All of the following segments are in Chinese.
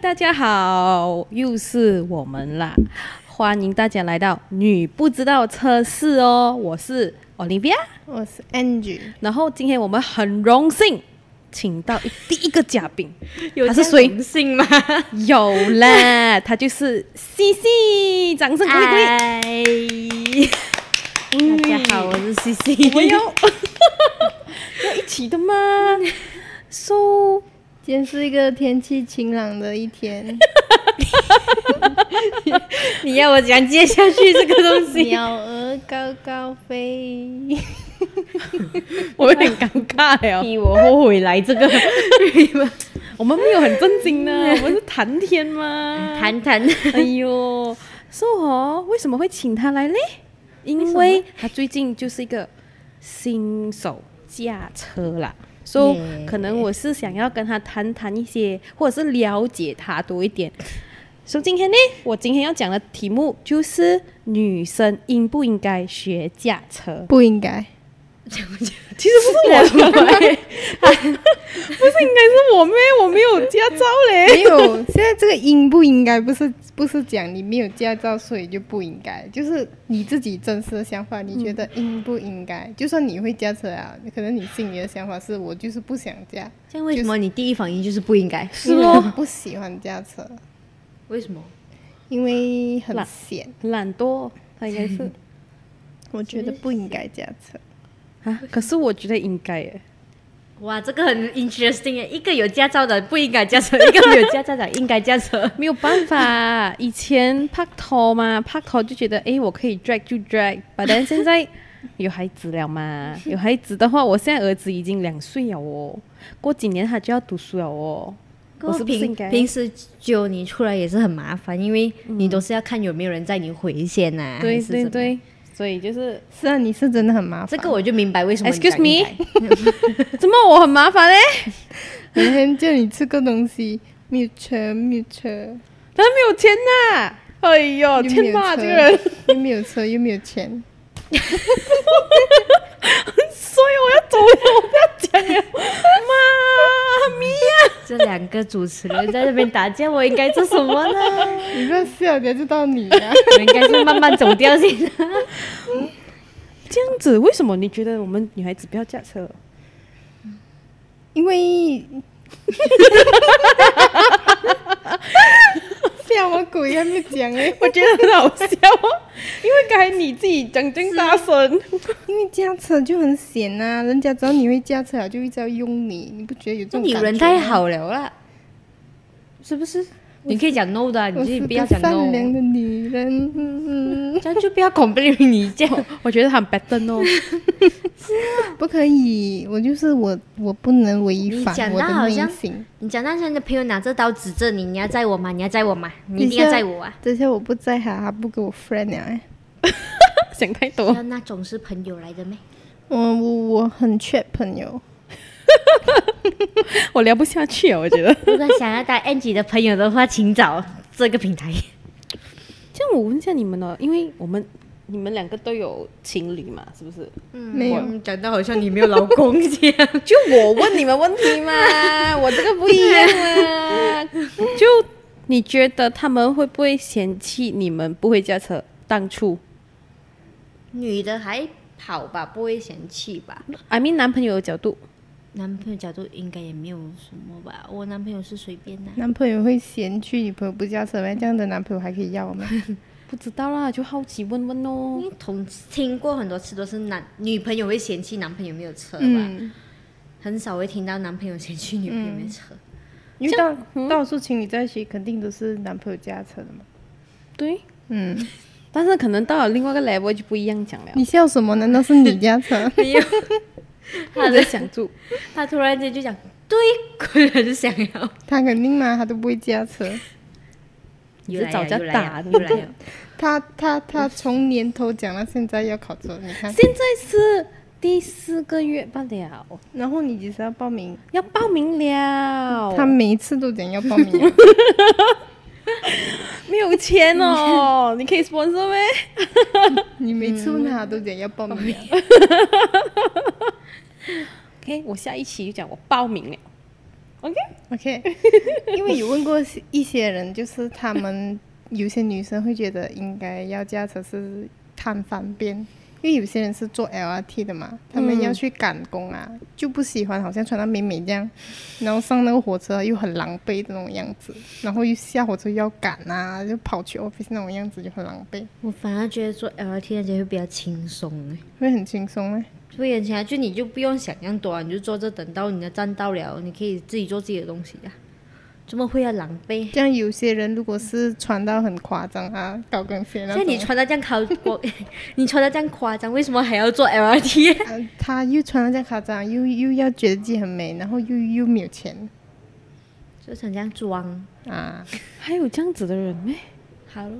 大家好，又是我们啦！欢迎大家来到《女不知道车事》哦，我是 Olivia。我是 Angie，然后今天我们很荣幸请到一第一个嘉 宾，他是谁？谁？荣幸 吗？有啦，他就是西西，掌声鼓励鼓励！哎，大家好，我是 C C。我们要 要一起的 吗？So 今天是一个天气晴朗的一天， 你要我讲接下去这个东西？鸟儿高高飞。 我有点尴尬了，逼我后悔来这个 我们没有很正经 呢，我们是谈天吗？谈谈。哎呦， 说哦，为什么会请他来嘞？因为他最近就是一个新手驾车啦，所、以 Yeah 可能我是想要跟他谈谈一些，或者是了解他多一点。所、以今天呢，我今天要讲的题目就是女生应不应该学驾车？不应该，其实不是 我的，不是应该是我妹，我没有驾照嘞。没有。现在这个应不应该，不是不是讲你没有驾照，所以就不应该，就是你自己真实的想法，你觉得嗯应不应该？就算你会驾车啊，可能你心里的想法是我就是不想驾，这样为什么你第一反应就是不应该？是因为咯我不喜欢驾车，为什么？因为很懒险，懒惰，他应该是我觉得不应该驾车。啊，可是我觉得应该耶。哇，这个很 interesting 耶！一个有驾照的不应该驾车，一个没有驾照的应该驾 车。没有办法，以前拍拖嘛，拍拖就觉得诶，我可以 drag 就 drag，但是现在有孩子了 嘛，有孩子的话，我现在儿子已经两岁了哦，过几年他就要读书了哦，我是不是应平该？平时揪你出来也是很麻烦，因为你都是要看有没有人载你回线呐、还对是怎对么样。对，所以就是是啊，你是真的很麻烦。这个我就明白为什么你 Excuse 讲 me，应该。 怎么我很麻烦嘞？每天叫你吃个东西，没有车，没有车，他没有钱呐、哎哦呦，又没天有哪，车，这个人又没有车，又没有钱，所以我要走了，我不要讲了，妈咪呀、这两个主持人 在这边打架，我应该做什么呢？你不要笑，人家知道你啊。 我应该是慢慢走 掉先。这样子为什么你觉得我们女孩子不要驾车？因为，笑我鬼还没讲哎，我觉得很好笑哦，因为刚才你自己讲真大声，因为驾车就很险啊，人家只要你会驾车了，啊就一直要用你，你不觉得有这这种你感人觉太吗？好了啦，是不是？你可以讲 no 的啊，我你是就不个要讲善 no，良的女人。嗯嗯这样就不要 complain 你 这样。我觉得很 b a d 哦。不可以，我就是我，我不能违你反讲我到好的内像心。你讲那时候你的朋友拿着刀指着你，你要载我吗？你要载我吗？你一定等要下载我啊！！等下我不在他，他不跟我 friend 了、欸。想太多那那种是朋友来的咩？我嗯我我很缺朋友，我聊不下去啊，我觉得。如果想要当 Angie 的朋友的话，请找这个平台。这样我问一下你们哦，因为我们你们两个都有情侣嘛，是不是？没有。讲到好像嗯你没有老公这样。 就我问你们问题 嘛，我这个不一样啊。就你觉得他们会不会嫌弃你们不会驾车？当初女的还好吧，不会嫌弃吧？ ，I mean 男朋友的角度，男朋友角度应该也没有什么吧？我男朋友是随便的、男朋友会嫌弃女朋友不驾车吗？这样的男朋友还可以要吗？不知道啦，就好奇问问哦因。为同听过很多次都是男女朋友会嫌弃男朋友没有车吧，嗯，很少会听到男朋友嫌弃女朋友没有车。因为到到处情侣在一起，肯定都是男朋友驾车的嘛。对，嗯，但是可能到了另外一个 level 就不一样讲了。你笑什么？难道是你驾 车？没有，我在想住，他突然间就讲对，可能就想要。他肯定嘛，他都不会驾车。你是找人家打你又来了，他他他从年头讲到现在要考车，你看。现在是第四个月罢了，然后你几时要报名？要报名了。他每一次都讲要报 名，啊没有钱哦， 你可以 sponsor 呗。你每次问他都讲要报名。啊 OK，我下一期就讲我报名了。 OK， OK，因为有问过一些人，就是他们有些女生会觉得应该要驾车是贪方便，因为有些人是坐 LRT 的嘛，他们要去赶工啊，就不喜欢好像穿到美美这样，然后上那个火车又很狼狈的那种样子，然后又下火车又要赶啊，就跑去 office 那种样子就很狼狈， 我反而觉得坐 LRT 那些会比较轻松哎。会很轻松哎。所以起来啊就你就不用想象多啊，你就坐这等到你的站到了，你可以自己做自己的东西啊。怎么会要狼狈？这样有些人如果是穿到很夸张啊，高跟鞋那像种，你穿的这样夸，我 你穿的这样夸张，为什么还要坐 LRT？呃他又穿到这样夸张，又又要觉得自己很美，然后又又没有钱就是很这样装，啊！还有这样子的人咩？好咯，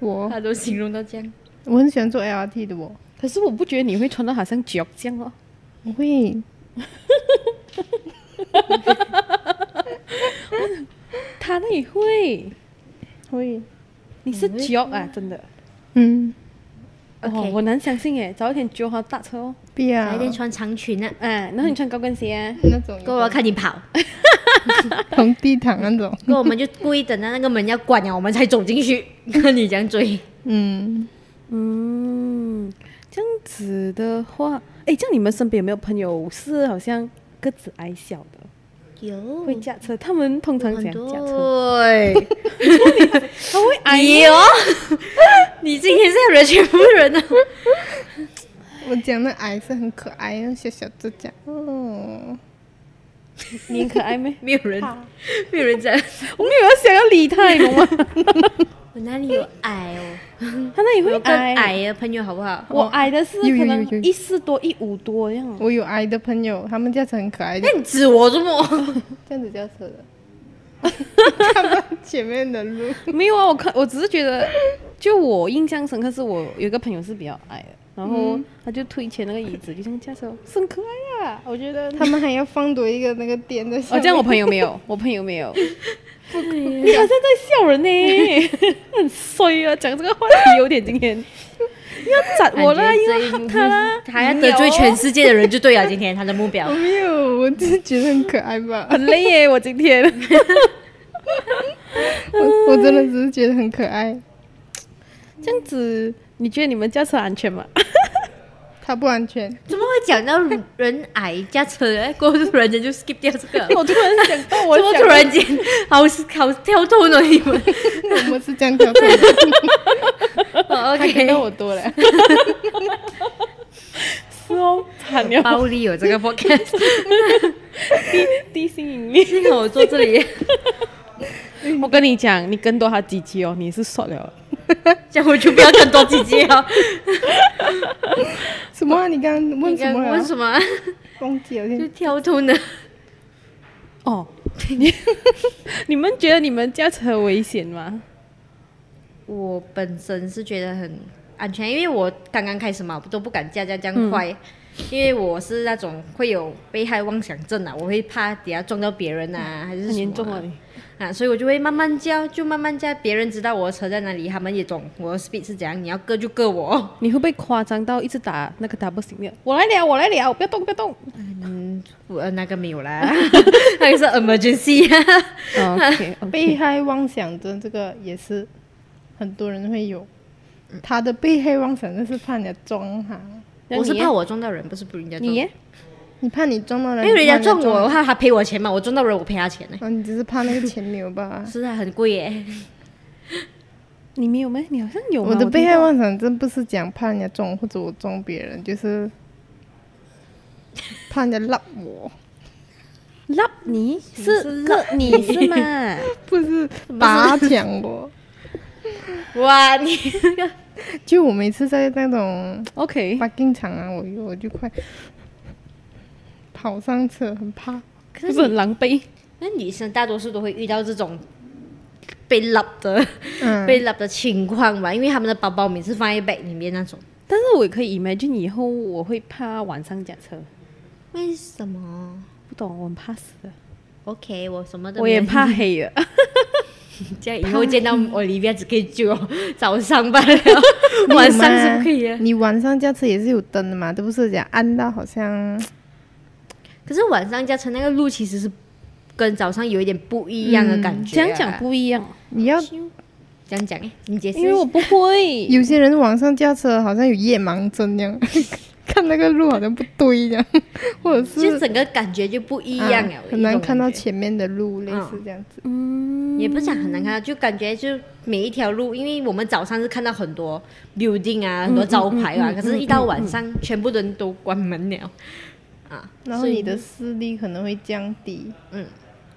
我他都形容到这样。我很喜欢坐 LRT 的我，可是我不觉得你会穿到好像 j o 这样哦。我会他那里会，会你是 j o 啊，真的。嗯，哦 OK，，我难相信哎，早一点 j o 好搭车哦。不要来一点穿长裙啊，啊，然后你穿高跟鞋啊，那种过我要看你跑，红地毯那种，过我们就故意等到那个门要关了，我们才走进去，看你这样追。嗯，嗯，这样子的话，哎，这样你们身边有没有朋友是好像个子矮小的，有会驾车？他们通常怎很样多驾车？对，他会矮 你哦，你今天是要惹全部 人啊！我讲那矮是很可爱，那小小指甲，嗯，你很可爱咩？没有人，没有人在。我没有要想要理他，你懂吗？ 我哪里有矮哦？他那里我会有更矮嗯矮，的朋友好不好？我矮的是有有可有有能一四多一五多这样。啊我有矮的朋友，他们驾车很可爱，那你指我做么？这样子驾车的， 看到前面的路，没有啊，我看我只是觉得，就我印象深刻是我有一个朋友是比较矮的，然后他就推前那个椅子，就这样驾车，是很可爱啊，我觉得。 他们还要放多一个那个垫在下哦，面，这样我朋友没 有，我朋友没有。你好像在笑人呢、 很衰啊！讲这个话题有点今天，你要斩我啦，感觉又这一要幕他啦，他要得罪全世界的人就对了。今天他的目标我没有，我只是觉得很可爱吧， 很累耶、我今 天我我真的只是觉得很可爱，这样子，你觉得你们驾车安全吗？它不安 全， 怎么会讲到人矮驾车的？过后突然间就 skip 掉这 个，我突然想到我怎么讲突然间好好跳脱了你 们我们是这样跳脱的。哦他看？OK，到我多了， 是哦，惨了，暴力有 这个 podcast，地心引力。幸好我坐这里， 我跟你讲，你跟多他几期哦，你是瘦了。这样我就不要更多姐哦姐 了。什么、啊？你刚刚问你什刚么了？问什么啊？ 忘记了，我就先跳脱呢？哦，你 你们觉得你们驾车危险吗？我本身是觉得很安全，因为我刚刚开始嘛，我都不敢驾驾这样快，因为我是那种会有被害妄想症啊，我会怕底下撞到别人啊，还是什么啊很严重哦，你啊，所以我就会慢慢叫，就慢慢叫，别人知道我的车在哪里，他们也懂我的 speed 是怎样，你要割就割我，你会不会夸张到一直打那个 double signal？我来了，我来了，不要动，不要动。我呃那个没有啦， 那个是 emergency，哦 OK， 被害妄想症这个也是很多人会有，嗯他的被害妄想症是怕人家撞他，那我是你耶怕我撞到人，不是不人家撞你耶，你怕你撞到人，哎因为人家撞你怕我的话，他赔我钱嘛，我撞到人我赔他钱呢、？你，哦，你只是怕那个钱没有吧是啊，很贵耶、你没有吗？你好像有吗。我的听被害到妄想症不是讲怕人家撞或者我撞别人， 就是怕人家拉我，拉你是个你是吗？不是打抢我。哇，你 那个就我每次在那种 OK， parking 场啊，我我就快跑上车，很怕。不是很狼狈？那女生大多数都会遇到这种被拉的、嗯，被拉的情况吧，因为他们的包包每次放在 bag 里面那种。但是我也可以 imagine 以后我会怕晚上驾车，为什么不懂，我很怕死的， ？OK，我什么都我没有也怕。黑的。 这样以后 见到我里面只可以救我早上 罢了，晚上是不可以的。啊你晚上驾车也是有灯的嘛，都不是讲暗到好像可是晚上驾车那个路其实是跟早上有一点不一样的感觉、啊讲讲，不一样，你要这样讲，哎你解释一因下。为我不会。有些人晚上驾车好像有夜盲症那样， 看那个路好像不对这样， 或者就是整个感觉就不一啊样了，很难看到一种感觉前面的路，类似这样子。嗯，也不是讲很难看到，就感觉就每一条路，因为我们早上是看到很多 building 嗯啊，很多招牌啊，可是一到晚上，全部人都关门了啊，然后所以你的视力可能会降低，嗯，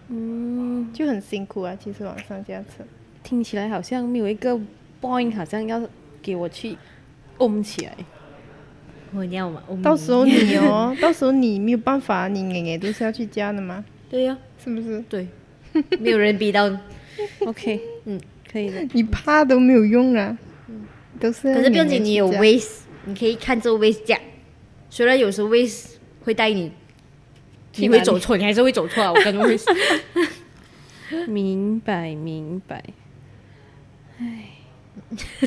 嗯，就很辛苦啊。其实晚上驾车，听起来好像没有一个 point，好像要给我去拱起来。我一定要嘛，我们到时候你哦， 到时候你没有办法，你爷爷都是要去家的嘛， 对呀、是不是？对， 没有人逼到， OK，嗯，可以的。你怕都没有用啊，都是要可是不用紧，你你有微 waste，你可以看这 waste 讲，虽然有时 waste 会带你。你会走错，你还是会走错啊！我跟你会明白明白，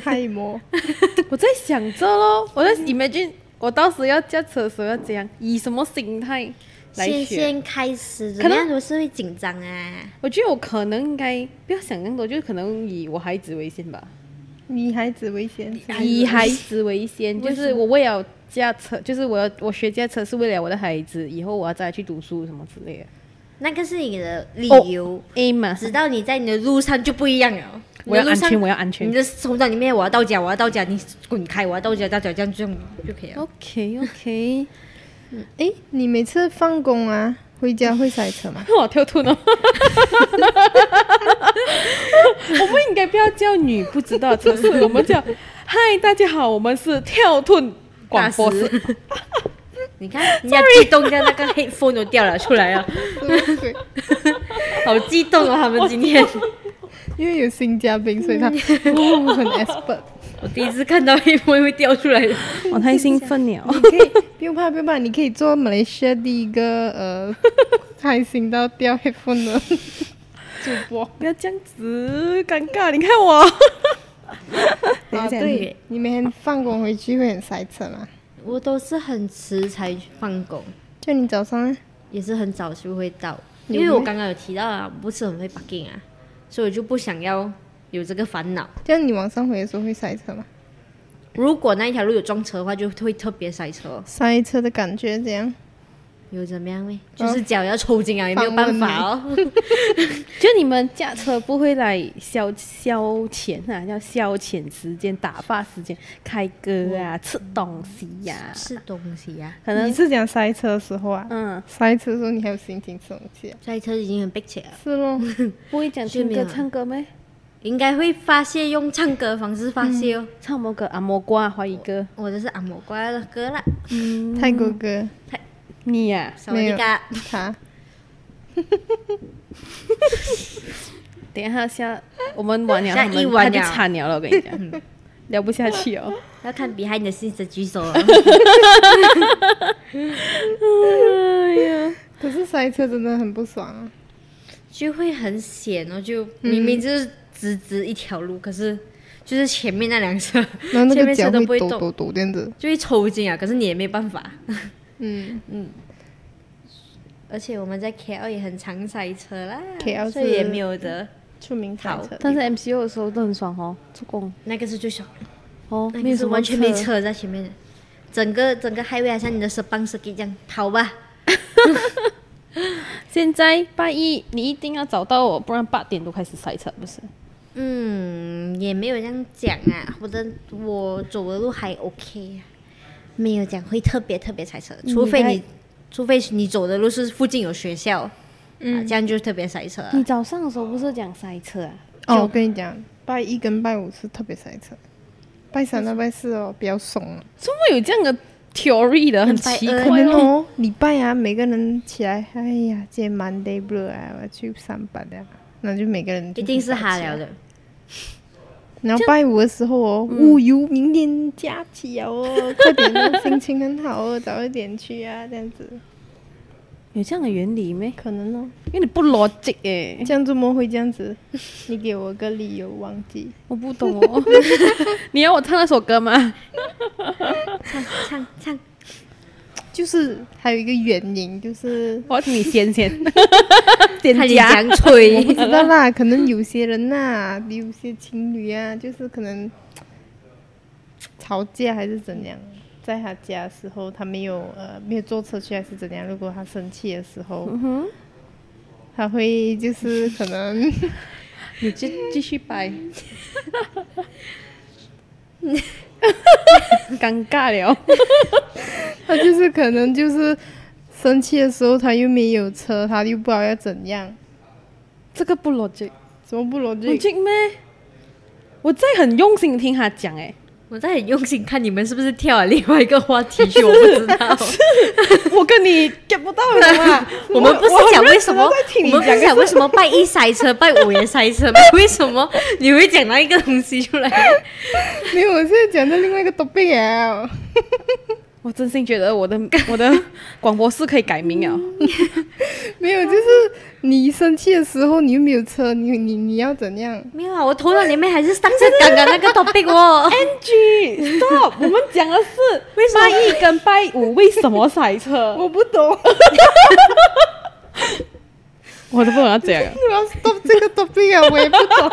太摸，我在想着咯，我在 imagine 我到时要驾车的时候要怎样，以什么心态来先学？先开始，可能人家都是会紧张啊。我觉得我可能应该不要想那么多，就是可能以我孩子为先吧，女孩子危险，以孩子为先，就是我为了驾车，就是我要我学驾车是为了我的孩子，以后我要再去读书什么之类的。那个是你的理哦由， A 嘛，直到你在你的路上就不一样了。我要安全你的路上我要安全你的手掌里面，我要到家，我要到家，你滚开，我要到家，到家这样这样就可以哦了。 OK OK，诶，你每次放工啊回家会塞车 吗？ 我跳脱了。 我们应该不要叫女不知道城市，我们叫嗨大家好，我们是跳吞广播室。 大师你看，人家激动一下，那个 headphone 都掉了出来了，什么鬼好激动哦！他们 今天，因为有新嘉宾，所以他嗯哦很 expert。我第一次看到 headphone 会掉出来的。我太兴奋了，你可以不用怕，不用怕，你可以做马来西亚第一个 呃开心到掉 headphone 的主播。不要这样子，尴尬。你看我， 啊，对，你每天放工回去会很塞车吗？我都是很迟才放工，就你早上呢也是很早就会到，有因为我咩刚刚有提到啊，我不是很会 bugging 啊，所以我就不想要有这个烦恼。这样你晚上回的时候会塞车吗？如果那一条路有撞车的话，就会特别塞车。塞车的感觉怎样？有怎么样哦喂？就是脚要抽筋啊，也没有办法哦。就你们驾车不会来消消遣啊，叫消遣时间、打发时间、开歌啊、吃东西呀、 吃东西啊呀、可能你是讲塞车的时候啊？嗯，塞车的时候你还有心情吃东西、啊？塞车已经很迫切了，是咯， 不会讲听是没歌、有唱歌咩？应该会发泄用唱歌的方式发泄嗯哦。唱什么歌？阿摩瓜、华语歌。我的是阿摩瓜的歌啦，嗯泰国歌你呀、萨瓦迪卡，他等一下下我们完了， 下他们一晚他就了惨了了，我跟 你讲，嗯聊不下去哦。要看 behind the scenes 的举手哦。哎呀，可是塞车真的很不爽啊！就会很险哦，就嗯明明就是直直一条路，可是就是前面那辆车，然后那前个面车脚都不会会抖动抖抖这样子。就会抽筋啊。可是你也没办法， 嗯，而且我们在 KL 也很常塞车啦 KL 所以也是没有得，出名塞好车。但是 MCO 的时候都很爽哦，做工那个是最爽的。哦，那没有个哎是什么完全没，车在前面的，整个整个 highway 好像你的 s p a n s k i 这样跑吧。现在拜一你一定要找到我，不然八点都开始塞车，不是？嗯，也没有这样讲啊，我的我走的路还 OK 啊，没有讲会特别特别塞车，除非你，除非你走的路是附近有学校，啊，这样就特别塞车啊。你早上的时候不是讲塞车啊？哦，我跟你讲，拜一跟拜五是特别塞车，拜三到拜四哦比较松啊。怎么有这样的 theory 的，很奇拜二怪能哦。哦，礼拜啊，每个人起来，哎呀，今天 Monday blue 啊，我要去上班的、啊，那就每个人就一定是早起哈来聊。的，然后拜五的时候哦，哦哟，明天假期啊哦，快点哦，心情很好哦，早一点去啊，这样子有这样的原理没？可能哦。因为你不逻辑诶，这样怎么会这样子？ 你给我个理由，忘记。我不懂哦。 你要我唱那首歌吗？唱唱唱， 就是还有一个原因，就是我要听你先先。点他已经夹讲吹不，知道啦，可能有些人呐、有些情侣啊，就是可能吵架还是怎样，在他家的时候，他没有呃没有坐车去还是怎样。如果他生气的时 候，嗯他会就是可能 你继继续 掰，尴尬了。他就是可能就是生气的时候，他又没有车，他又不知道要怎样，这个不 logic，怎么不逻辑？ logic 咩？我在很用心听他讲哎、 我在很用心看你们是不是跳了另外一个话题去，我不知 道。？我跟你 get 不到了嘛 我们不是我讲很认为什么，真地在听我你们不讲是讲为什么拜一塞车，拜五也塞车吗？为什么你会讲到一个东西出来？ 没有，我现在讲的另外一个 topic 啊。 我真心觉得我的我的广播室可以改名了。没有，就是你生气的时候，你又没有车，你你你要怎样？没有啊，我头脑里面还是当着 刚刚那个 topic 哦。 Angie stop，我们讲的是 为什么拜一跟拜五为什么塞车？我不懂，我都不懂要讲。啊我要 stop 这个 topic 啊，我也不懂。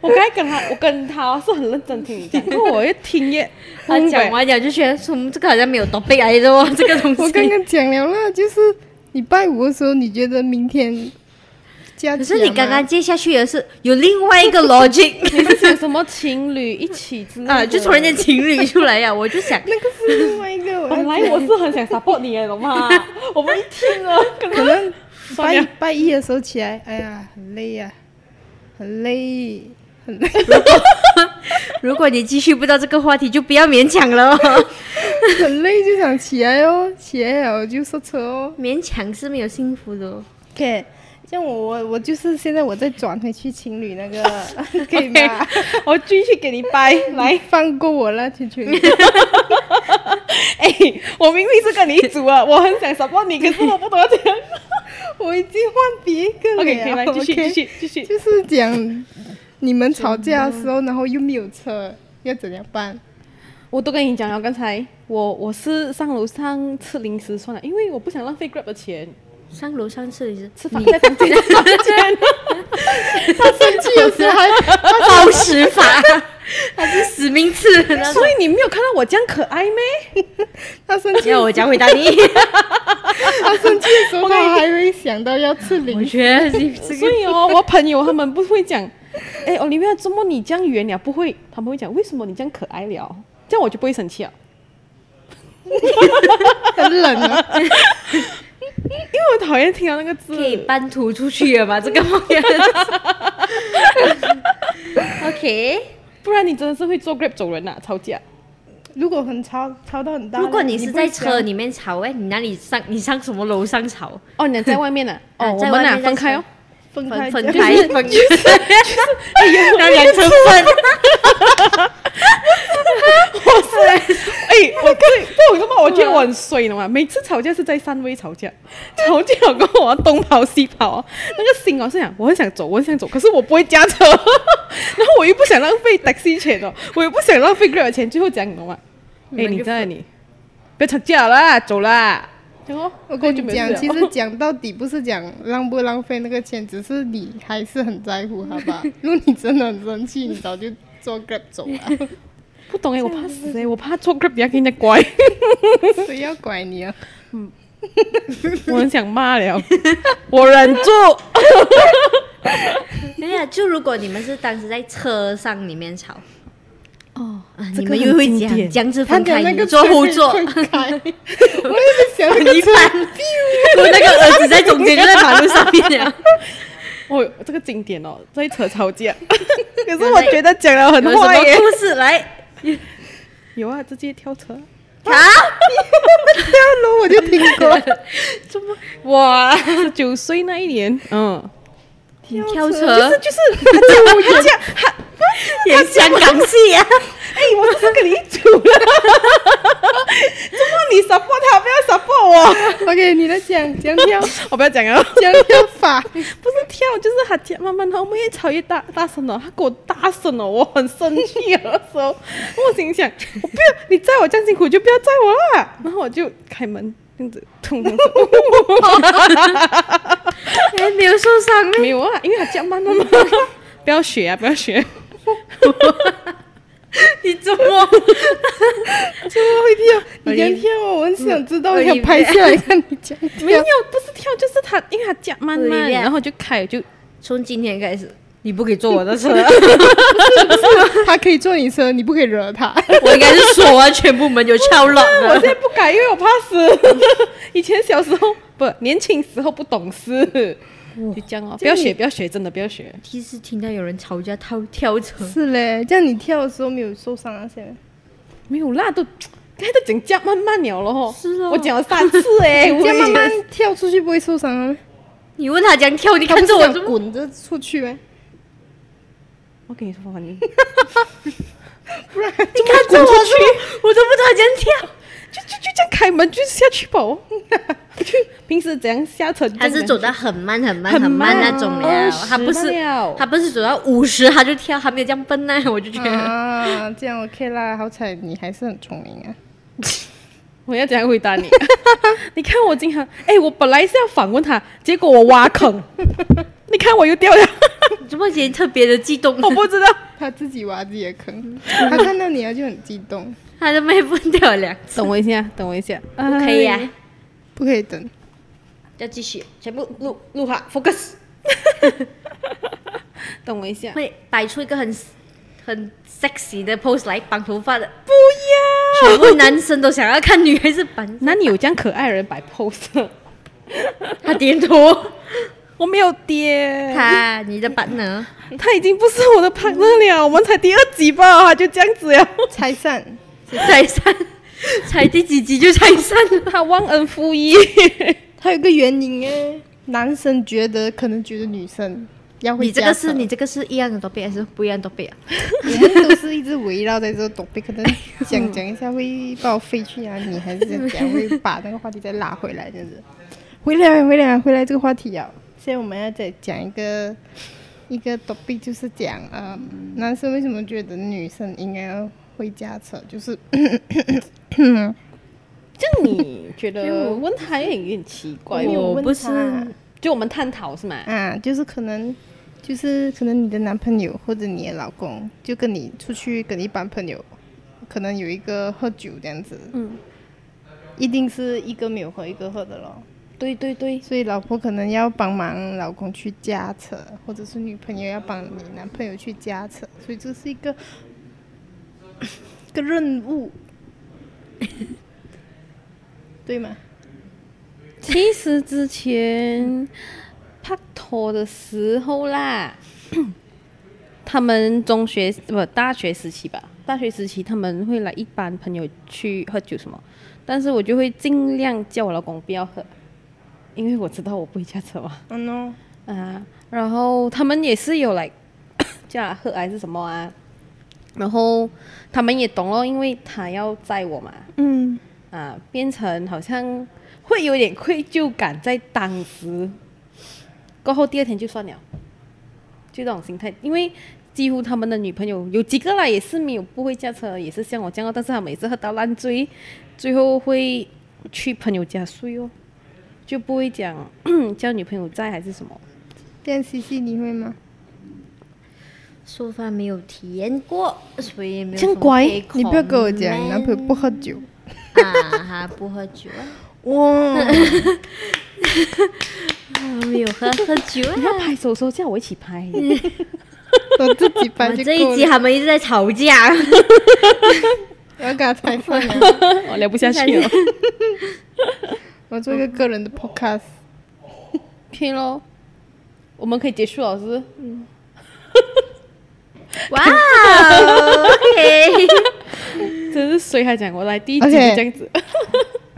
我刚才跟他，我跟他是很认真听你讲，因为我越听越他讲完讲就觉得，嗯，这个好像没有 topic 来的 哦，这个东我刚西。刚讲了啦，就是礼拜五的时候，你觉得明天假期啊可是你刚嘛刚接下去的是有另外一 个 logic 你是讲什么情侣一起之类的啊，就突然间情侣出来呀、我就 想，那个是另外一个，我要本来我是很想 support 你的，懂吗？我们一听啊了，可可能能算拜了拜一的时候起来，哎呀，很累啊，很累，很累。如果你继续不到这个话题，就不要勉强了、哦。很累就想起来哦，起来了就塞车哦。 勉强是没有幸福的哦、 OK，像我我我就是现在我再转回去情侣 那个，可以吗？ 我继续给你掰来。放过我啦，圈 圈。哎、我明明是跟你一组啊，我很想 support 你，可是我不懂要 怎样。我已经换别个了。啊 OK，可以来继续继 OK 续继续就是讲你们吵架的时候，然后又没有车，要怎样 办？我都跟你讲了，刚才我我是上楼上吃零食算了，因为我不想浪费 Grab 的钱，上楼上厕也是吃饭在 房间的房间。他生气的时候还呃 暴食法，他是死命刺的那种。所以你没有看到我这样可爱咩？他生气， 要我讲回答你，他生气的时候，他还会想到要吃 我零食。觉得这所个以哦，我朋友他们不会讲，哎，奥利维亚，怎么你这样圆了？不会，他们会讲为什么你这样可爱了？这样我就不会生气啊了，很冷 啊，因为我讨厌听到那个字。可以搬图出去 了吧？这个梦魇 OK，不然你真的是会坐 Grab 走人呐、吵架。如果很吵，吵到很大力，如果你是在车你里面吵，哎，你哪里上？你上什么楼上 吵？哦，你在外面呐、啊哦，我在们外呐、面在分开哦。不会分想分分开开讲，分 开，要两成分。 哎， 我对，不懂什么，我觉得我嗯很衰，你懂吗？每次吵架是在三位吵架，吵架我跟我要东跑西跑啊，那个心哦是想，我很想走，我很想走，可是我不会驾车， 然后我又不想浪费 taxi 钱哦，我又不想浪费 Grab 钱，最后讲你懂吗？嗯哎，你们你就在你，不要吵架啦，走啦。哎然后 哦我跟你讲，其了实讲到底不是讲浪不浪费那个钱，只是你还是很在乎，好吧？如果你真的很生气，你早就坐 Grab 走 了，不懂哎，我怕死哎，我怕坐 Grab 比较跟人家 乖，谁要拐你啊？我很想骂了，我忍住。 没有，就如果你们是当时在车上里面吵，哦啊你们又会经讲典讲是他分讲开，那你个坐后座， 分开，我也在想那个车我那个儿子在中间，就在马路上面 了。哦，这个经典哦，在扯吵 架。可是我觉得讲了有很什坏耶么。故事来？有啊，直接跳车。啊！跳楼，我就听过。怎么？哇！十九岁那一年，嗯，你跳 车就是就是，他叫我有架，他演香港戏啊！哎，我只是跟你一组了。 怎么你 support 他，不要 support 我？ OK，你在讲讲跳 我不要讲了，讲跳法，不是跳，就是他讲慢慢，他们越吵越大大声了，他给我大声了，我很生气了那时候，我心想，我不要你载我这样辛苦，就不要载我啦。然后我就开门，这样子痛痛痛，哎， 没有受伤咩？没有啊，因为他这样慢慢慢，不要学啊，不要学， 你怎么？怎么会跳？我你这样以跳啊，我很想知道，我我以想为拍下来看你这样没有跳。不是跳，就是他，因为他这样慢对慢，呀然后就开就从今天开始，你不可以坐我 的车，他可以坐你车，你不可以惹他。我应该是锁啊，全部门有敲 了。我现在不敢，因为我怕死。 以前小时候不，年轻时候不懂事，就这样哦。不要学，不要学，真的不要学。第一次听到有人吵架跳跳车，是嘞，这样你跳的时候没有受伤啊？现在没有啦，都刚才都讲讲慢慢了了吼。是哦我讲了三次哎、 我这样慢慢也跳出去不会受伤啊？你问他讲跳，你他看不是着我想怎么？滚着出去吗？我跟你说， 你不然你看着我去，我都不知道讲跳。就就就这样开门就下去吧。 哦就平时怎样下车？他是走走的很慢很慢很慢慢那种二了，十他不是慢了他不是走到五十他就跳，他没有这样笨呐，我就觉得 啊，这样 OK 啦，好彩你还是很聪明啊。我要怎样回答 你？你看我经常，哎、我本来是要访问他，结果我挖 坑，你看我又 掉了，怎么今天特别的激动，我不知道。他自己挖自己的坑，他看到你啊就很激动，他都没蹦掉了两次，等我一下，等我一下，不不可以啊，不可以等。要继续，全部录录好，focus， 等我一下，会摆出一个很很 sexy 的 pose 来绑头发的，不要。全部男生都想要看女孩子绑，啊哪里有这样可爱的人摆 pose？ 他点头，我没有跌，他你的 partner 他已经不是我的 partner 了，我们才第二集吧，他就这样子了，拆散，拆散， 才第几集就拆散了。他忘恩负 义。他有个原因哎，男生觉得可能觉得女生要会你这个加是分你这个是一样的 topic 还是不一样的 topic 啊？我们都是一直围绕在这个 topic，可能讲讲一下会把我飞去啊，你还是这样讲，会把那个话题再拉回来，这样子。回来，回来，回来这个话题啊！现在我们要再讲一个一个 topic，就是讲呃，男生为什么觉得女生应该要会驾车，就是这样你觉得问他有点奇怪因为哦？我我问不是他就我们探讨是吗？啊，就是可能，就是可能你的男朋友或者你的老公，就跟你出去跟一帮朋友，可能有一个喝酒这样子，嗯，一定是一个没有喝一个喝的咯。对对对，所以老婆可能要帮忙老公去驾车，或者是女朋友要帮你男朋友去驾车，所以这是一个一个任务， 对吗？其实之前拍拖的时候啦， 他们中学不大学时期吧，大学时期他们会来一班朋友去喝酒什么，但是我就会尽量叫我老公不要喝，因为我知道我不会驾车嘛嗯哦，啊。然后他们也是有来 叫他喝还是什么啊，然后他们也懂了，因为他要载我嘛，嗯，啊，变成好像会有点愧疚感在当时，过后第二天就算了，就这种心态，因为几乎他们的女朋友有几个啦，也是没有不会驾车，也是像我这样哦，但是他每次喝到烂醉，最后会去朋友家睡哦，就不会讲嗯叫女朋友在还是什么。这样西西你会吗？说法没有体验过，所以没有这样什么乖可你以不要跟我讲， comment 你男朋友不喝酒。啊，他不喝酒 啊，哇，我没有喝喝酒你要啊。拍手的时候叫我一起拍， 我自己我搬们就这一够集了。他们一直在吵 架，我要跟他拆散了， 我聊不下去了。我做一个个人的 podcast。 可以咯，我们可以结束了，是不是？哇哦，OK，真是谁还讲过来第一集 OK 就这样子，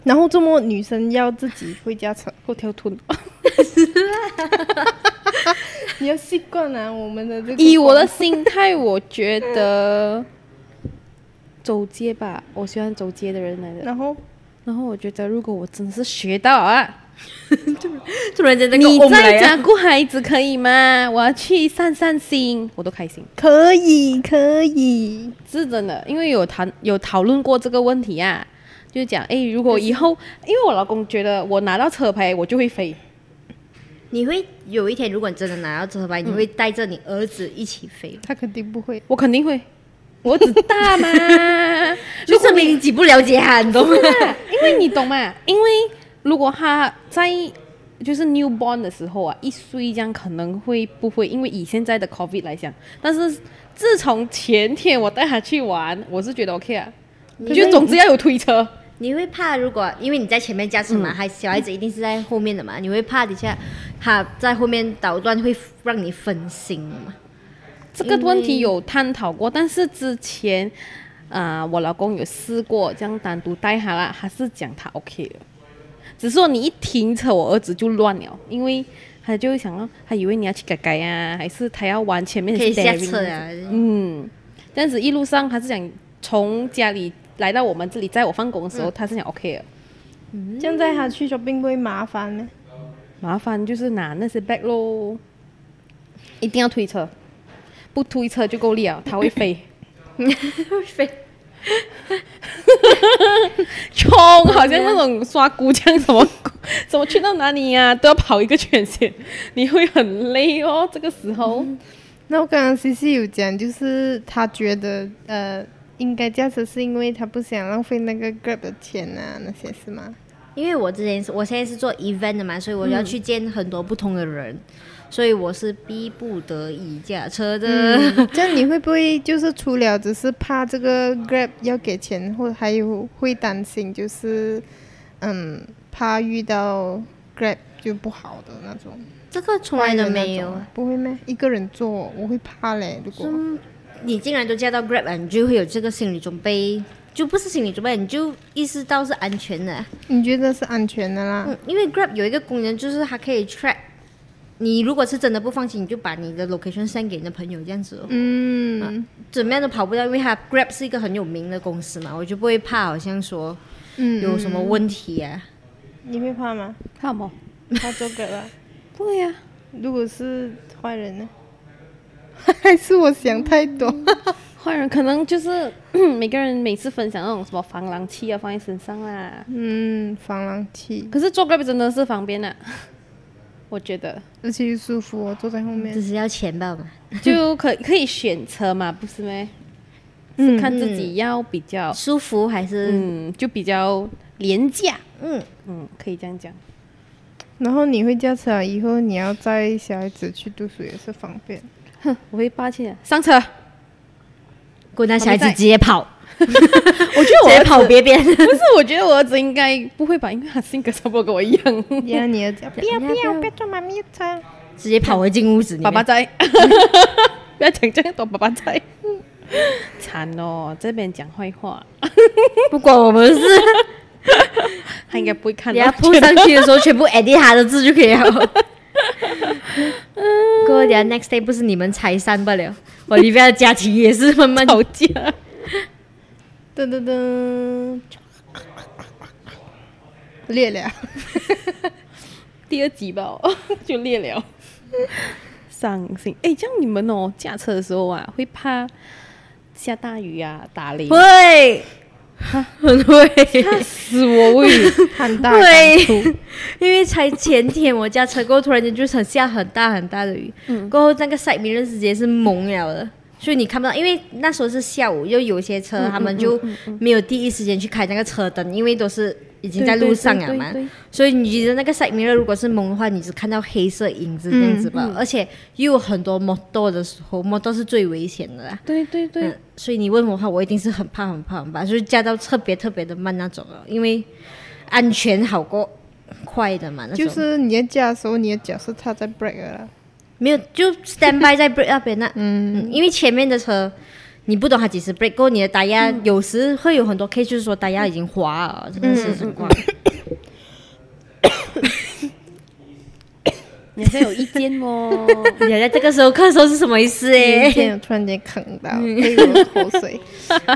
然后这么女生要自己会驾车，后条臀。你要习惯啊，我们的这个 以我的心态，我觉得走街吧，我喜欢走街的人来的。然后然后我觉得，如果我真是学到啊， 突然 间那个你嗡来在家啊，顾孩子可以吗？我要去散散心，我都开心。可以可以，是真的，因为有谈有讨论过这个问题啊。就是讲，哎，如果以后，因为我老公觉得我拿到车牌我就会飞，你会有一天，如果你真的拿到车牌，你会带着你儿子一起飞吗，他肯定不会。我肯定会，我只大 嘛，就证明你挤不了解他，你懂吗？ 因为你懂嘛，因为如果他在就是 newborn 的时候啊，一岁这样可能会不会，因为以现在的 covid 来讲，但是自从前天我带他去玩，我是觉得 OK 啊，你就会总之要有推车，你会怕，如果因为你在前面驾驶嘛，还小孩子一定是在后面的嘛，你会怕底下他在后面捣乱会让你分心嘛？这个问题有探讨过，但是之前。啊、我老公有试过这样单独带他啦，他是讲他 OK 的，只是说你一停车，我儿子就乱了，因为他就会想到，他以为你要去改改啊，还是他要玩前面的可以下 steering 车啊，嗯，这样子一路上他是讲从家里来到我们这里，在我放工的嗯时候，他是讲 OK 的。现在他去 shopping 不会麻烦呢？麻烦就是拿那些 bag 咯，一定要推车，不推车就够力了，他会飞，会飞。冲，好像那种刷姑枪 什么，怎么去到哪里呀、都要跑一个圈 先，你会很累哦。这个时候，那我刚刚 C C 有讲，就是他觉得呃应该驾车是因为他不想浪费那个 Grab 的钱啊那些是吗？ 因为我之前是我现在是做 event 的嘛，所以我要去见很多不同的人，所以我是逼不得已驾车的。 这样你会不会就是除了只是怕这个 Grab 要给钱，或还有会担心就是嗯怕遇到 Grab 就不好的那种？这个从来坏都人那没有种，，啊不会咩？一个人坐我会怕嘞，如果嗯，你竟然都驾到 Grab 了，你就会有这个心理准备，就不是心理准备，你就意识到是安全嗯的。你觉得是安全的啦。嗯，因为 Grab 有一个功能，就是它可以 track 你，如果是真的不放心，你就把你的 location send 给你的朋友，这样子、哦，嗯怎么样都跑不掉，因为它 Grab 是一个很有名的公司嘛，我就不会怕，好像说嗯，有什么问题啊。嗯你会怕吗？看吗？怕做啊鬼吧？不会呀、 如果是坏人呢？ 还是我想太多？坏人可能就是 每个人每次分享那种什么防狼器啊，放在身上啦。嗯，防狼器，可是做 Grab 真的是方便啊， 我觉 得而且又舒服，我坐在后嗯面只。是要钱吧嘛，就可可以选车嘛，不是咩？是看自己要比较，舒服还是哦嗯，就比较廉价，嗯嗯，可以这样讲。然后你会驾车啊，以后你要载小孩子去读书也是方便。哼，我会霸气的，上车。 我滚我们蛋，小孩子在直接跑，觉得直 我接儿子跑别边。 不是，我觉得我儿子应该不会吧，因为他性格差不多跟我一样。呀，你要讲不要不不要要不要坐妈咪的车。直接跑回进屋子里面。爸爸在， 不要讲这样多，爸爸在。惨哦，这边讲坏话，不管我们是，他应该不会看等到。下扑上去的时候，全部 edit 他的字就可以 了。哥，等下 next day 不是你们拆散不了，我里边的家庭也是慢慢吵架。噔噔噔，裂了。第二集吧， 哦就裂了，伤心。哎、这样你们哦，驾车的时候啊，会怕下大雨啊、打雷？会， 很会，死我喂！ 很大感触。会， 因为才前天我家车过后，突然间就是很下很大很大的雨，嗯过后那个 side mirror 直接是蒙了的。所以你看不到，因为那时候是下午，又有些嗯车他们就没有第一时间去开那个车灯，因为都是已经在路上了嘛。对对对对所以你的那个 side mirror 如果是蒙的话，你只看到黑色影子这样子嗯吧。而且又有很多摩托的时候，摩托是最危险的啦。 对对对，嗯，所以你问我的话，我一定是很怕、很怕、很怕，就是驾到特别特别的慢那种了，因为安全好过快的嘛。那种就是你在驾的时候，你的脚是踏在 brake 了啦。没有就 stand by 在 break 那边那，嗯，因为前面的车你不懂它几时 break 过，你的打压、有时会有很多 case，就是说打压已经滑了，真的是情况。你好像有意见哦。你在这个时候咳嗽是什么意思、今欸？ 天我突然间啃到，被我的口水。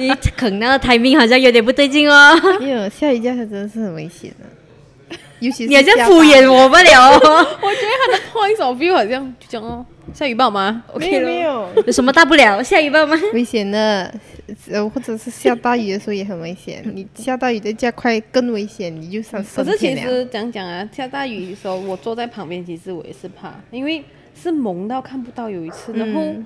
你啃那个 timing 好像有点不对劲哦， 哎呦，下雨驾车真的是很危险的，尤其是你好像下敷班衍我不了 哦。我觉得他的 point of view 好像就这样哦，下雨吧吗没有了没有有什么大不了？下雨吧吗？危险的，呃，或者是下大雨的时候也很危险。你下大雨再加快更危险，你就上可升是其天了。实讲讲啊，下大雨的时候，我坐在旁边，其实我也是怕，因为是蒙到看不到。有一次，然后嗯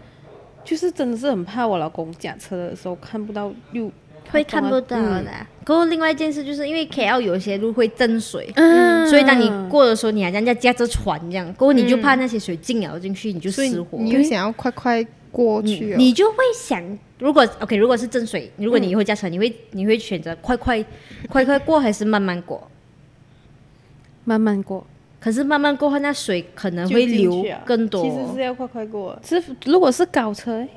就是真的是很怕我老公驾车的时候看不到，又会看不到嗯的。可是另外一件事，就是因为 KL 有一些路会震水，嗯所以当你过的时候，你好像在驾着船这样，过后你就怕那些水进了进去，你就所以失火。嗯你又想要快快过去、哦你就会想，如果 OK，如果是震水，如果你以后驾车，你会你会选择快快快快过还是慢慢过？慢慢过。可是慢慢过后，那水可能会流更多。啊其实是要快快过。是如果是高车欸，啊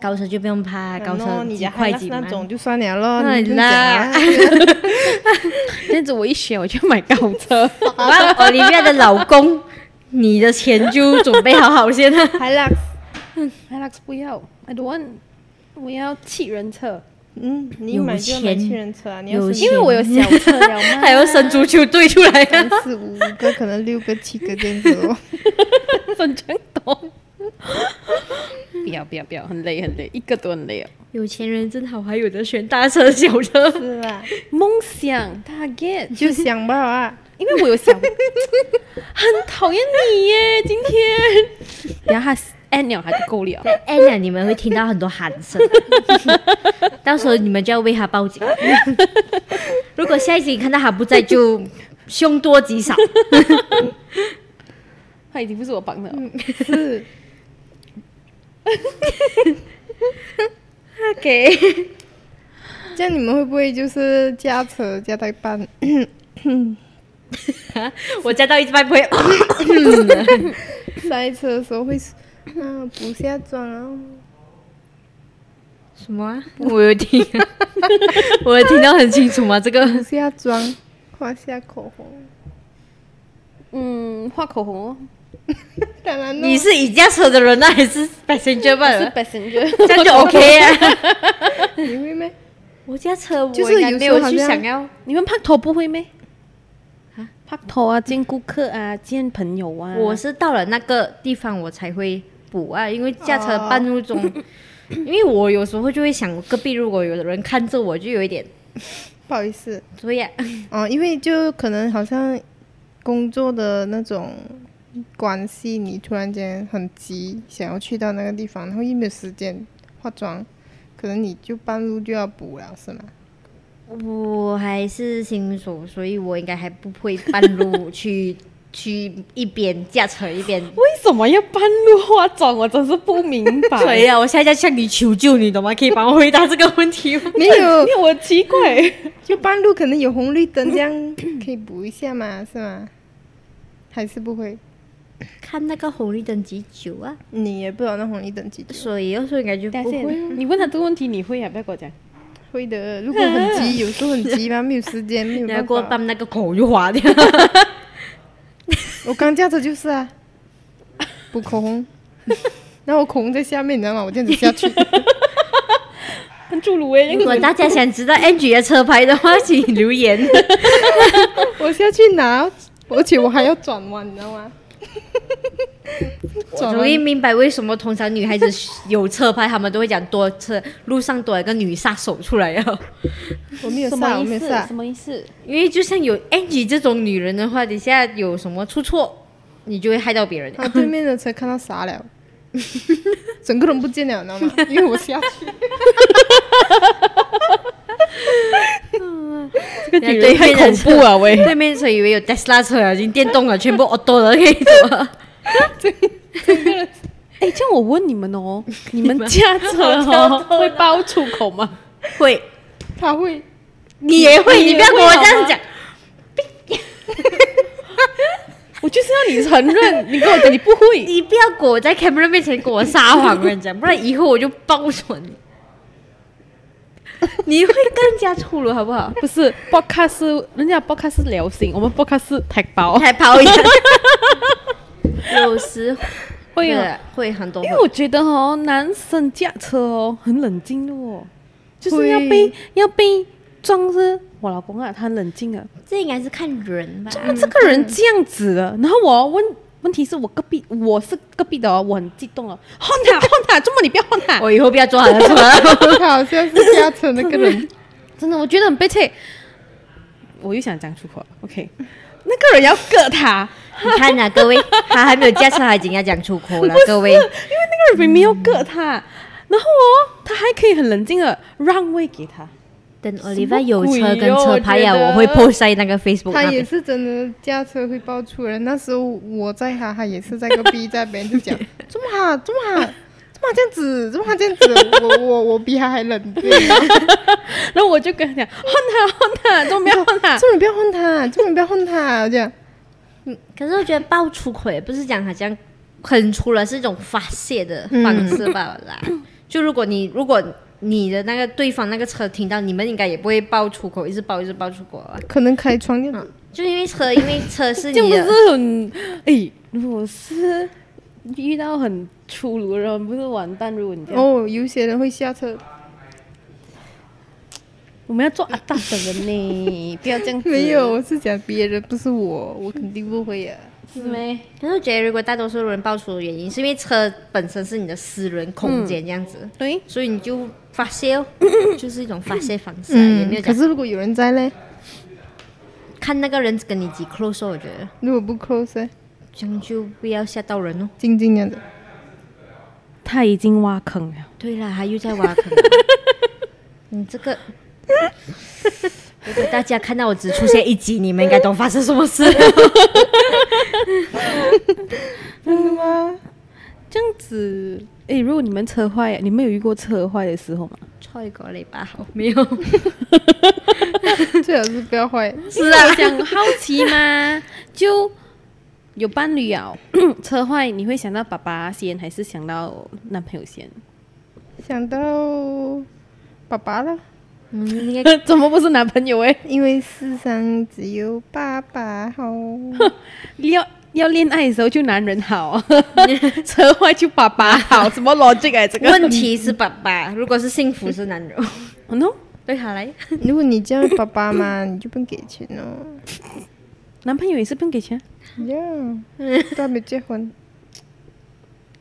高车就不用怕，高然车后你几家块哦还几是那慢。种就算了咯，哎你不用讲啦啊。 这样子我一选我就买高 车。 哇，奥利维哦亚的老公，你的钱就准备好好先啊。还 啦， Hilux 不要，I don't want，我要汽人车，嗯，你有买就买钱七人车啊，你要有是因为我有小车了 嘛。还要生足球队出来、啊 三四五个，可能六个、七个这样子哦。 分成多。不要不要不要，很累很累，一个都很累哦。有钱人真好，还有的选大车小 车。是啦，梦想 target，就想吧啊，因为我有想，很讨厌你耶，今天。然后他 end 了，他就够了。哎呀，你们会听到很多喊 声，到时候你们就要为他报 警。如果下一集看到他不在，就凶多吉少。他已经不是我帮的了，是 OK，这样。你们会不会就是驾车驾到一半， 我加到一半不会。哦塞车的时候会说，啊补下妆啊？什么、啊？我有听、 我有听到很清楚吗？这 个补下妆，画下口红。嗯，画口红哦，当然咯，你是已驾车的人呢、啊还是 passenger 罢是了？ passenger，这 样就 OK 啊。你会咩？我驾车，我就是应该有没时候有好去像想要。你们拍拖不会咩？啊拍拖啊，见顾客啊，见朋友啊。我是到了那个地方我才会补啊，因为驾车哦半路 中，因为我有时候就会想，隔壁如果有人看着我，就有一点不好意思，所以啊，哦，因为就可能好像工作的那种关系，你突然间很急，想要去到那个地方，然后又没有时间化妆，可能你就半路就要补了，是 吗？我还是新手，所以我应该还不会半路 去去一边驾车一边。为什么要半路化妆？我真是不明白。 所以啊，我现在向你求救，你懂吗？可以帮我回答这个问题吗？没有，因为我奇怪，就半路可能有红绿灯，这样 可以补一下嘛，是吗？还是不会， 看那个红绿灯几久啊？你也不知道那红绿灯几久。所以有时候应该就等不一下会。你问他这个问题，你会啊？不要跟我讲。会的，如果很急，有时候很急嘛，没有时间，没有你要给我办法。办那个口就划掉。我刚驾车就是啊，补口红，然后我口红在下面，你知道吗？我这样子下 去。很主鲁哎， 如果大家想知道 Angie 的车牌的话，请留言。我下去拿，而且我还要转弯，你知道 吗？我终于明白为什么通常女孩子有车牌，她们都会讲多车路上多一个女杀手出来啊了。我没有什么下，我没意有思？下什。么意思？ 因为就像有 Angie 这种女人的话，你现在有什么出错，你就会害到别人。然后对面的车看到傻 了，整个人不见了，你知道吗？因为我下去，这个女人太恐怖了喂！ 对面车以为有 Tesla 车啊了，已经电动了，全部 auto 了，可以走了。哎，这样我问你们 哦，你们驾车哦会爆粗口吗？会，他会你也会，哦你你也不要跟我会好这样吗讲。我就是要你承 认，你跟我讲你不会。你不要给我在 camera 面前给我撒谎，我跟你讲， 不然以后我就爆准你。 你会更加粗鲁，好不好？不是 podcast 是人家 podcast 是流行，我们 podcast 是太薄。还跑一下。哦 有时会啊的，会很多因会。为我觉得哦，男生驾车哦，很冷静的哦，就是要被会要被撞是。我老公啊，他很冷静啊，嗯这应该是看人吧。这个人这样子的，然后我问问题是我隔壁，我是隔壁的、哦，我很激动哦，轰 他轰他，这么你不要轰他，我以后不要做好了。 他好像是驾车那个人，真的我觉得很悲催。我又想讲出口了，OK，那个人要割他，你看呐、各位，他还没有驾车，他已经要讲出口了不，是各位因为。那个人明明要割他，然后哦，他还可以很冷静的让位给他，等什么 Oliver 有车鬼跟哟车牌呀、我觉得我会 post 在那个 Facebook 他那也边。是真的驾车会爆出人。那时候我在他，他也是在隔壁，在别人 就讲怎么哈怎么哈怎么这样子，怎么这样子，我我我比他还 冷静。然后我就跟他讲，轰他轰他，都不要轰他，这你不要碰他，这你不要碰他，我讲嗯可是我觉得爆出口也不是讲好像很出了，是一种发泄的方式吧啦。嗯就如果你如果你的那个对方那个车听到，你们应该也不会爆出口，一直爆一直爆出口啊。可能开窗这样子，就因为车，因为车是这 你样不的，是啊很哎，如果是遇到很粗鲁的人，不是完蛋，如果你这样，哦，有些人会下车，我们要做阿大的人呢，不要这样子，没有，我是讲别人，不是我，我肯定不会啊。是没？可是我觉得如果大多数人爆出的原因，是因为车本身是你的私人空间这样子，对，所以你就发泄 哦，就是一种发泄方式、啊，也没有嗯，可讲是如果有人在嘞，看那个人跟你几 close，哦我觉得如果不 close，呢这样就不要吓到人哦。静静这样子，他已经挖坑了。对啦，他又在挖坑，你这个。如果大家看到我只出现一集，你们应该懂发生什么事了。这样子，哎、如果你们车坏，你们有遇过车坏的时候吗？踹过雷吧，没 有， 最好是不要坏。是啊，我想好奇嘛，就有伴侣啊，车坏你会想到爸爸先，还是想到男朋友先？想到爸爸了，嗯，应该怎么不是男朋友、欸？哎，因为世上只有爸爸好。要要恋爱的时候就男人好，车坏就爸爸好，什么逻辑哎？这个问题是爸爸，如果是幸福是男人， ，no，对他来，如果你叫爸爸嘛，你就不用给钱哦。男朋友也是不用给钱，呀，都还没结婚，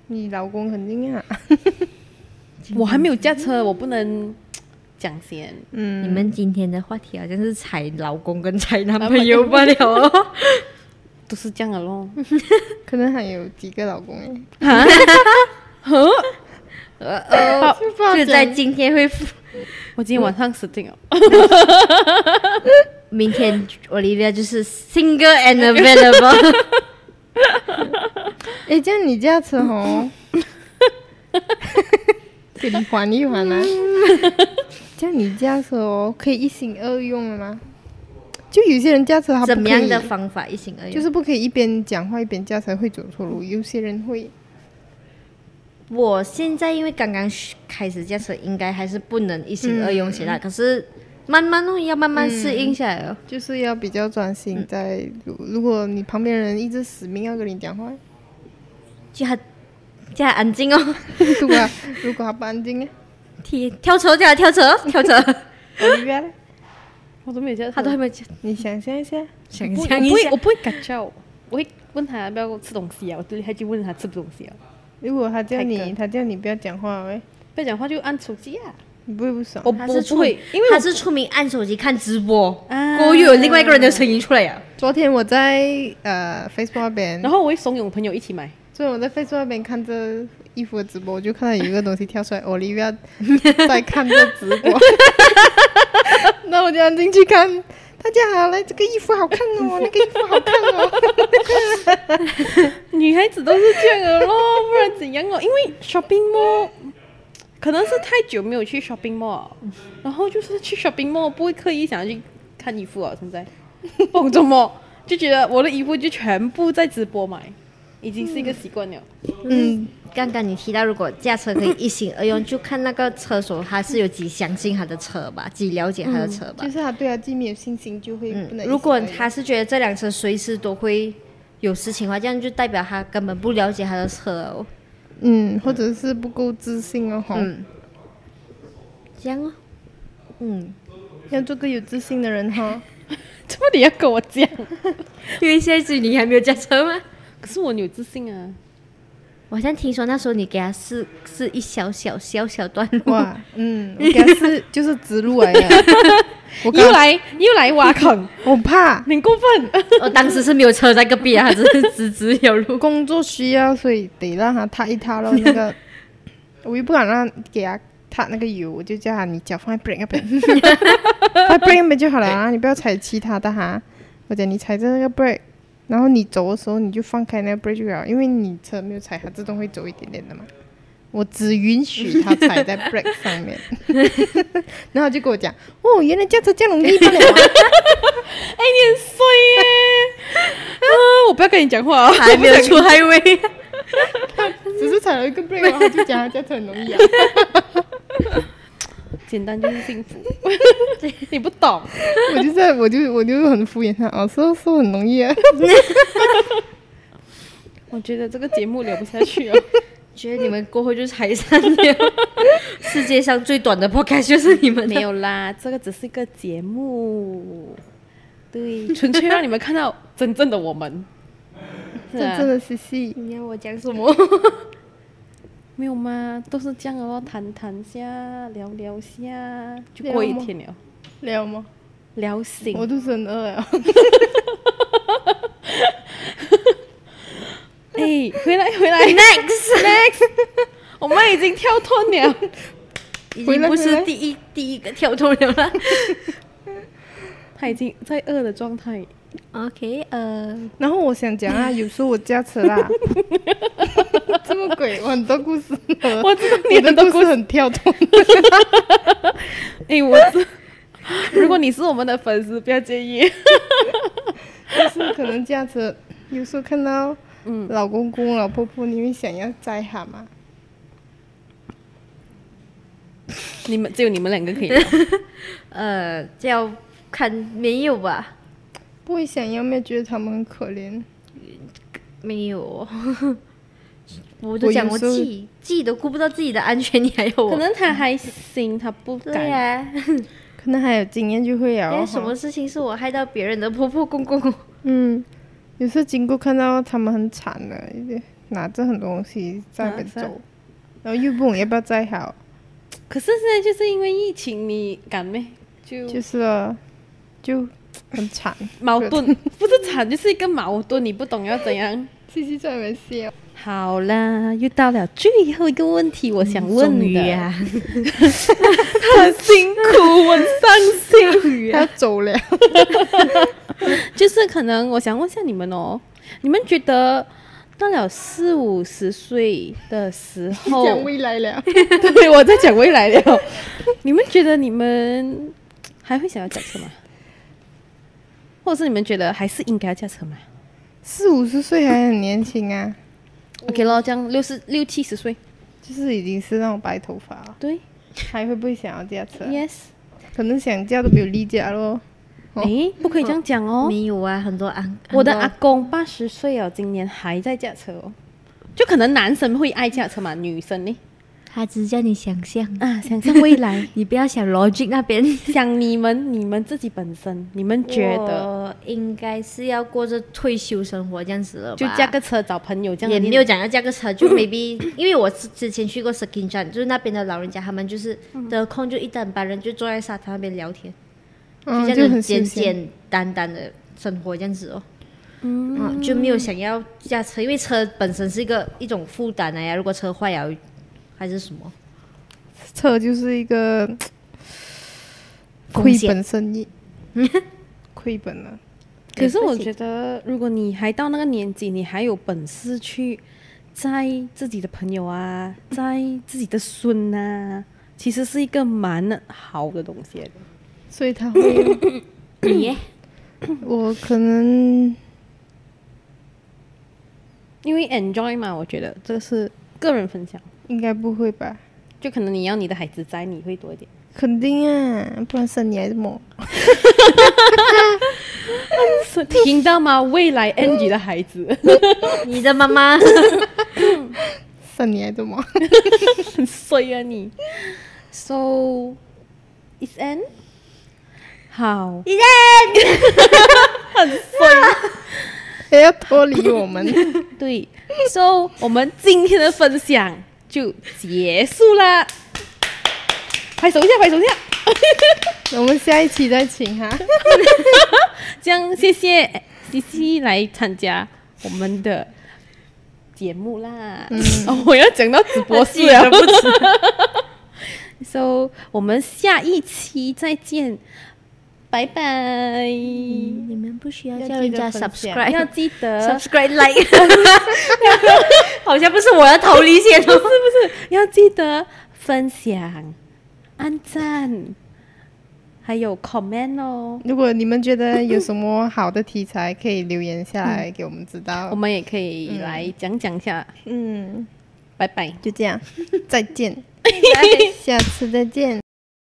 你老公肯定啊。我还没有驾车，我不能讲先。嗯，你们今天的话题好像是踩老公跟踩男朋友罢了 哦。都是这样的咯，可能还有几个老公哎。呃就不要就讲在今天会，我今天晚上死定了。明天 Olivia 就是 single and available。哎，这样你驾车哦，给你缓一缓啊。这样你驾车哦，可以一心二用了吗？就有些人驾车他不怎么样的可以方法一心二用？就是不可以一边讲话一边驾车会走错路，有些人会。我现在因为刚刚学开始驾车，应该还是不能一心二用嗯起来，可是慢慢哦，要慢慢适应下来哦。就是要比较专心嗯在录，如果你旁边人一直死命要跟你讲 话，就他叫他安静哦， 如果他如果他不安静呢？跳跳车叫他跳车跳车， 我明白了我都没有驾车，他都还没有讲你想象一下，想不象我一不会下，我不会敢叫，我会问他要不要吃东西啊，我对他就问他吃不吃东西啊，如果他叫太你，梗他叫你不要讲话，喂，不要讲话就按手机啊，你不会不爽？我他我是不出会，因为他我是出名按手机看直播，啊过后又有另外一个人的声音出来啊呀、昨天我在呃 Facebook 那边，然后我会怂恿朋友一起买，所以我在 Facebook 那边看这衣服的直播，我就看到有一个东西 跳出来，Olivia 在看这直播，那我就按进去看。大家好，来这个衣服好看哦，那个衣服好看哦。女孩子都是这样的咯，不然怎样哦？因为 shopping mall 可能是太久没有去 shopping mall，了然后就是去 shopping mall 不会刻意想要去看衣服啊，现在不怎么就觉得我的衣服就全部在直播买，已经是一个习惯了。嗯，刚刚你提到，如果驾车可以一心二用，就看那个车手他是有几相信他的车吧，几了解他的车吧嗯就。是他对他自己没有信心，就会不能一直嗯，如果在用他是觉得这辆车随时都会有事情的话，这样就代表他根本不了解他的车哦。嗯，或者是不够自信哦，哈、嗯，这样哦。嗯，要做个有自信 的人哈。怎么你要跟我讲？因为下一次你还没有驾车吗？可是我很有自信啊，我好像听说那时候你给他试试一小小小小段 路，哇， 嗯，我给他是就是直路来的，我又刚来又来挖坑，我怕 你很过分。我当时是没有车在隔壁啊，只是直直有 路。工作需要，所以得让他踏一踏咯。那个我又不敢让给他踏那个油，我就叫他你脚放在 brake 那边，放在 brake 那边就好了啊，你不要踩其他的哈。或者你踩着那个 brake，然后你走的时候你就放开那个 brake 就好，因为你车没有踩，它自动会走一点点的嘛。我只允许他踩在 brake 上面，然后他就跟我讲，哦，原来驾车这样容易不了、啊。哎、你很衰耶、啊！我不要跟你讲话、啊，还没有出 highway，只是踩了一个 brake，然后就讲他驾车很容易啊。简单就是幸福。 你不懂， 我就在我就我就很敷衍他啊，说说很容易啊， 我觉得这个节目聊不下去啊了。觉得你们过后就是拆散 了。世界上最短的 podcast 就是你们 的没有啦，这个只是一个节目，对，纯粹让你们看到真正的我们。这是啊真的是戏。你要我讲什 么？没有吗？都是这样的咯，谈谈下，聊聊下，就过一天了。聊吗？聊醒，我肚子很饿呀。 哎，回来回来，next next，我们已经跳脱了。已回经来不回是来第一第一个跳脱了啦。他已经在饿的状态。 OK，呃，然后我想讲啊，有时候我驾车啦， 这么鬼，我很多故事呢。我知道你你的很多故事很跳脱，哎，我 知，如果你是我们的粉丝，不要介 意。就是可能驾车，有时候看到老公公、老婆婆，你会想要摘他吗？你们只有你们两个可以聊。呃，这要看没有吧？不会想要，没有觉得他们很可怜。没有， 我都我讲有我时候自己自己都顾不到自己的安全，你还要我？可能他还行，他不对敢。 呀、啊，可能还有经验就会因了为哦。什哈么事情是我害到别人的婆婆公公？嗯，有时候经过看到他们很惨的，一直拿着很多东西在那边拿着走，然后又不懂要不要摘好，可是现在就是因为疫情，你敢没？就就是哦就很惨。矛盾，不是惨就是一个矛盾，你不懂要怎样。西西在那边笑，好啦，又到了最后一个问题，我想问终于的。啊，很辛苦，我很伤心。 他要走了。就是可能我想问一下你们哦，你们觉得到了四五十岁的时候，讲未来 了，对我在讲未来了， 你们觉得你们还会想要驾车吗？或者是你们觉得还是应该要驾车吗四五十岁还很年轻啊， ？OK 咯，这样六十六七十岁，就是已经是那种白头发了，对还会不会想要驾车啊？ ，Yes，可能想嫁都没有例假咯。哦诶，不可以这样讲哦。没有啊，很多安，我的很阿多公八十岁哦，今年还在驾车哦。就可能男生会爱驾车嘛，女生呢？他只是叫你想象，啊，想象未来，你不要想 logic 那边。 想你们，你们自己本身，你们觉得我应该是要过着退休生活这样子了吧？就驾个车找朋友这样也的没有讲要驾个车，就 maybe 因为我之之前去过 Skin Jan，就是那边的老人家，他们就是得空就一大班人就坐在沙滩那边聊天，嗯，就这样很子简休闲。简单单的生活这样子哦。嗯、就没有想要驾车，因为车本身是一个一种负担哎呀，如果车坏了还是什 么，车就是一个风亏险本生意，亏本了。可是我觉得，如果你还到那个年纪，你还有本事去载自己的朋友啊，载自己的孙啊，其实是一个蛮好的东西来的。所以他会， 你耶 我可能因为 enjoy 嘛，我觉得这是个人分享，应该不会吧？就可能你要你的孩子载你会多一点。肯定啊，不然生你还是么？听到吗？未来 Angie 的孩子 你的妈妈生你还是么？很衰啊你。So is n 好 你在 很衰。还要脱离我们。 对，so 我们今天的分享就结束啦，拍手一下，拍手一下。我们下一期再请哈。 这样，谢谢西西来参加我们的节目啦。 哦，我要讲到直播室了。so 我们下一期再见，拜拜。 你们不需要要叫记人得家分享 subscribe，要记得， subscribe like，好像不是我要逃离先哦。是不是要记得分享、按赞，还有 comment 哦。如果你们觉得有什么好的题材，可以留言下来给我们知道。我们也可以来讲讲一下，嗯，拜拜。 就这样，再见，下次再见。